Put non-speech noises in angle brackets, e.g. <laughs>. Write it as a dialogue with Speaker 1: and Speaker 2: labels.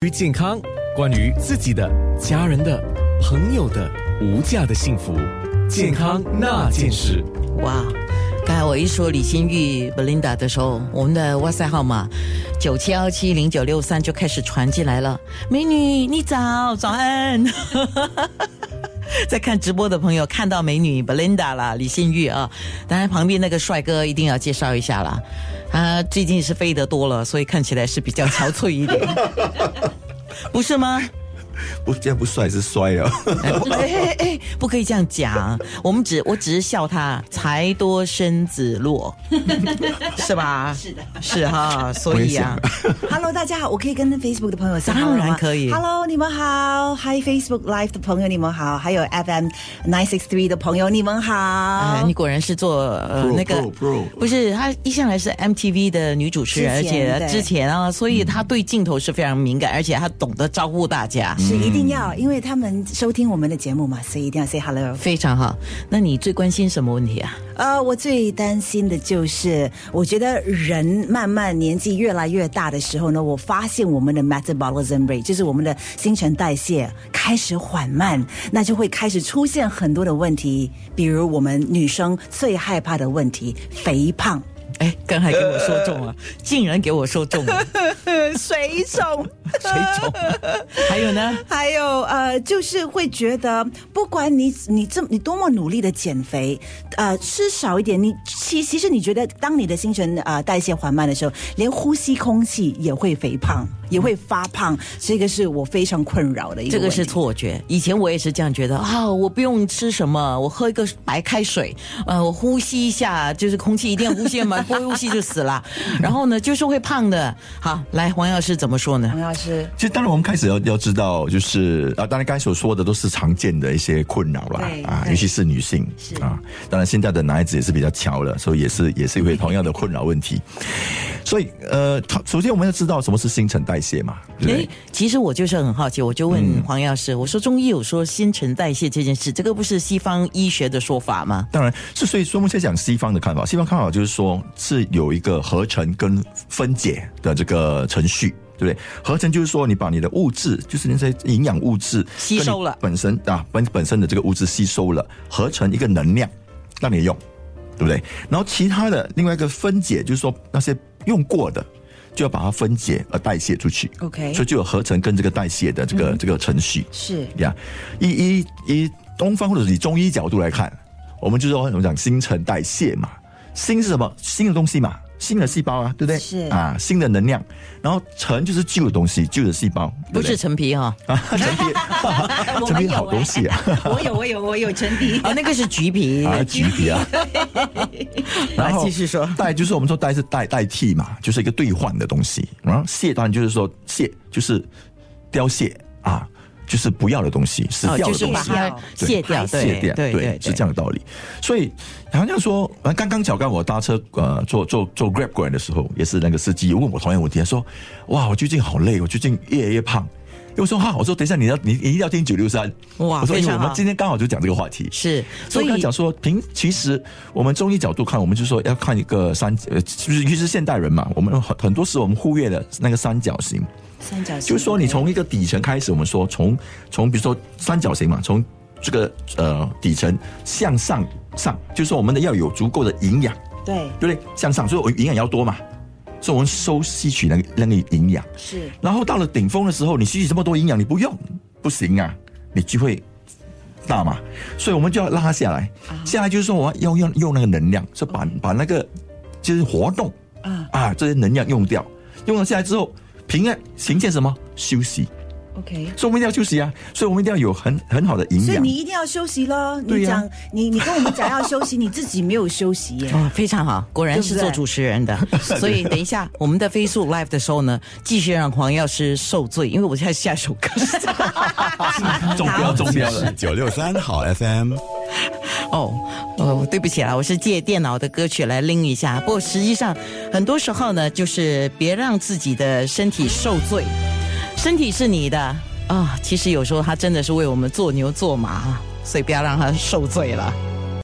Speaker 1: 关于健康，关于自己的、家人的、朋友的无价的幸福，健康那件事。
Speaker 2: 哇！刚才我一说李新玉 Belinda 的时候，我们的哇塞号码九七幺七零九六三就开始传进来了。美女，你早，早安！ <laughs> 在看直播的朋友看到美女 Belinda 啦，李新玉啊，当然旁边那个帅哥一定要介绍一下啦。他最近是飞得多了，所以看起来是比较憔悴一点，不是吗？
Speaker 3: 不，这样不帅是衰了。
Speaker 2: 哎
Speaker 4: <laughs>
Speaker 2: 不哎哎哎，不可以这样讲。我们只我只是笑他才多生子
Speaker 4: <laughs>
Speaker 2: 落，是吧？是的，是哈。所以啊，
Speaker 4: Hello，大家好，我可以跟 Facebook 的朋友 say
Speaker 2: 当
Speaker 4: hello
Speaker 2: 然
Speaker 4: 吗
Speaker 2: 可以
Speaker 4: Hello，你们好，Hi Facebook Live 的朋友你们好，还有 FM nine six three 的朋友你们好。
Speaker 2: 哎，你果然是做呃
Speaker 3: Pro，
Speaker 2: 那个
Speaker 3: pro，pro
Speaker 2: 不是他一向来是 MTV 的女主持人，而
Speaker 4: 之前
Speaker 2: 且
Speaker 4: 对
Speaker 2: 之前啊，所以他对镜头是非常敏感，而且他懂得照顾大家，
Speaker 4: 是一定要，因为他们收听我们的节目嘛，所以一定要 say hello。
Speaker 2: 非常好。那你最关心什么问题啊？
Speaker 4: 呃，我最担心的就是，我觉得人慢慢年纪越来越大的时候呢，我发现我们的 metabolism rate，就是我们的新陈代谢开始缓慢，那就会开始出现很多的问题，比如我们女生最害怕的问题——肥胖。
Speaker 2: 哎，刚才给我说中了，竟然给我说中了，
Speaker 4: <laughs> <laughs> 水肿，
Speaker 2: 谁中？还有呢？
Speaker 4: 还有呃，就是会觉得，不管你你这你多么努力的减肥，呃，吃少一点，你其其实你觉得，当你的新陈呃代谢缓慢的时候，连呼吸空气也会肥胖，也会发胖，这个是我非常困扰的一个
Speaker 2: 这个
Speaker 4: 问题
Speaker 2: 是错觉。以前我也是这样觉得啊、我不用吃什么，我喝一个白开水，呃，我呼吸一下，就是空气一定要呼吸
Speaker 3: <laughs>
Speaker 2: 嘛，不呼吸就死了。然后呢，就是会胖的。好，来黄药师怎么说呢
Speaker 4: 黄？药师，
Speaker 3: 其实当然我们开始要要知道，就是啊，当然刚才所说的都是常见的一些困扰啦
Speaker 4: 对，
Speaker 3: 啊，
Speaker 4: 对
Speaker 3: 尤其是女性啊，当然现在的男孩子也是比较巧了，所以也是也是会同样的困扰问题。所以呃，它首先我们要知道什么是新陈代谢嘛，对嗯不
Speaker 2: 诶
Speaker 3: 对？，
Speaker 2: 其实我就是很好奇，我就问黄药师，我说中医有说新陈代谢这件事，这个不是西方医学的说法吗？
Speaker 3: 当然是，所以说我们现在讲西方的看法，西方看法就是说是有一个合成跟分解的这个程序。对不对？合成就是说，你把你的物质，就是那些营养物质
Speaker 2: 吸收了
Speaker 3: 跟你本身啊本本身的这个物质吸收了，合成一个能量让你用，对不对？然后其他的另外一个分解，就是说那些用过的就要把它分解而代谢出去。
Speaker 4: OK
Speaker 3: 所以就有合成跟这个代谢的这个、
Speaker 2: 嗯
Speaker 3: 这个程序。
Speaker 4: 是
Speaker 3: 呀，以以以东方或者以中医角度来看，我们就是说我们讲新陈代谢嘛，新是什么？新的东西嘛，新的细胞啊，对不对？
Speaker 4: 是
Speaker 3: 啊，新的能量，然后陈就是旧的东西，旧的细胞，对
Speaker 2: 不
Speaker 3: 不对
Speaker 2: 是陈皮
Speaker 3: <laughs>
Speaker 2: 哈、
Speaker 3: 啊，陈皮，
Speaker 4: 哎啊
Speaker 3: 陈皮好东西啊，
Speaker 4: 我有我有我有陈皮，
Speaker 2: 啊，那个是橘皮。 <laughs>
Speaker 3: 啊，橘皮啊。然后
Speaker 2: 来继续说
Speaker 3: 代就是我们说代是代代替嘛，就是一个兑换的东西。然后谢当然就是说谢就是凋谢啊，就是不要的东西，死
Speaker 2: 哦，
Speaker 3: 掉
Speaker 2: 就
Speaker 3: 的
Speaker 2: 是
Speaker 3: 东
Speaker 2: 把
Speaker 3: 西。啊
Speaker 2: 它
Speaker 3: 对
Speaker 2: 卸掉，对
Speaker 3: 卸掉，
Speaker 2: 对对，
Speaker 3: 是这样的道理。所以好像说，呃刚刚巧刚我搭车呃坐坐坐 Grab 过来的时候，也是那个司机问我同样的问题，他说：“哇，我最近好累，我最近越来越胖。”我说哈，我说等一下你要你你一定要听九六三，
Speaker 2: 哇
Speaker 3: 我说
Speaker 2: 非
Speaker 3: 因为
Speaker 2: 常
Speaker 3: 我们
Speaker 2: 好
Speaker 3: 今天刚好就讲这个话题，
Speaker 2: 是，
Speaker 3: 所以我刚才讲说，平其实我们中医角度看，我们就说要看一个三，呃，就是尤其是现代人嘛，我们很很多时候我们忽略了那个三角形，
Speaker 4: <laughs> 三角形，
Speaker 3: 就是说你从一个底层开始，我们说从从比如说三角形嘛，从这个呃底层向上上，就是说我们的要有足够的营养，
Speaker 4: 对
Speaker 3: 对不对？向上，所以我营养要多嘛，所以我们收吸取那个那个营养，
Speaker 4: 是
Speaker 3: 然后到了顶峰的时候，你吸取这么多营养，你不用不行啊，你就会大嘛。所以我们就要拉下来，下来就是说我要用用那个能量，是把把那个就是活动
Speaker 4: 啊
Speaker 3: 啊这些能量用掉，用了下来之后，平安行见什么休息。
Speaker 4: OK。
Speaker 3: 所以我们一定要休息啊，所以我们一定要有很很好的营
Speaker 4: 所以
Speaker 3: 养
Speaker 4: 你。一定要休息咯。
Speaker 3: 对
Speaker 4: 你
Speaker 3: 呀
Speaker 4: 讲、你你跟我们讲要休息，你自己没有休息耶。
Speaker 2: 哦，非常好，果然是
Speaker 4: 对不
Speaker 2: 做
Speaker 4: 对
Speaker 2: 主持人的。 <laughs> 所以等一下我们的飞速 live 的时候呢，继续让黄药师受罪，因为我现在下一首歌。 <laughs>
Speaker 3: 中标中标了。
Speaker 5: 九六三好 FM，
Speaker 2: 哦，哦，对不起啦，我是借电脑的歌曲来拎一下。不过实际上，很多时候呢，就是别让自己的身体受罪，身体是你的啊、其实有时候它真的是为我们做牛做马，所以不要让它受罪了。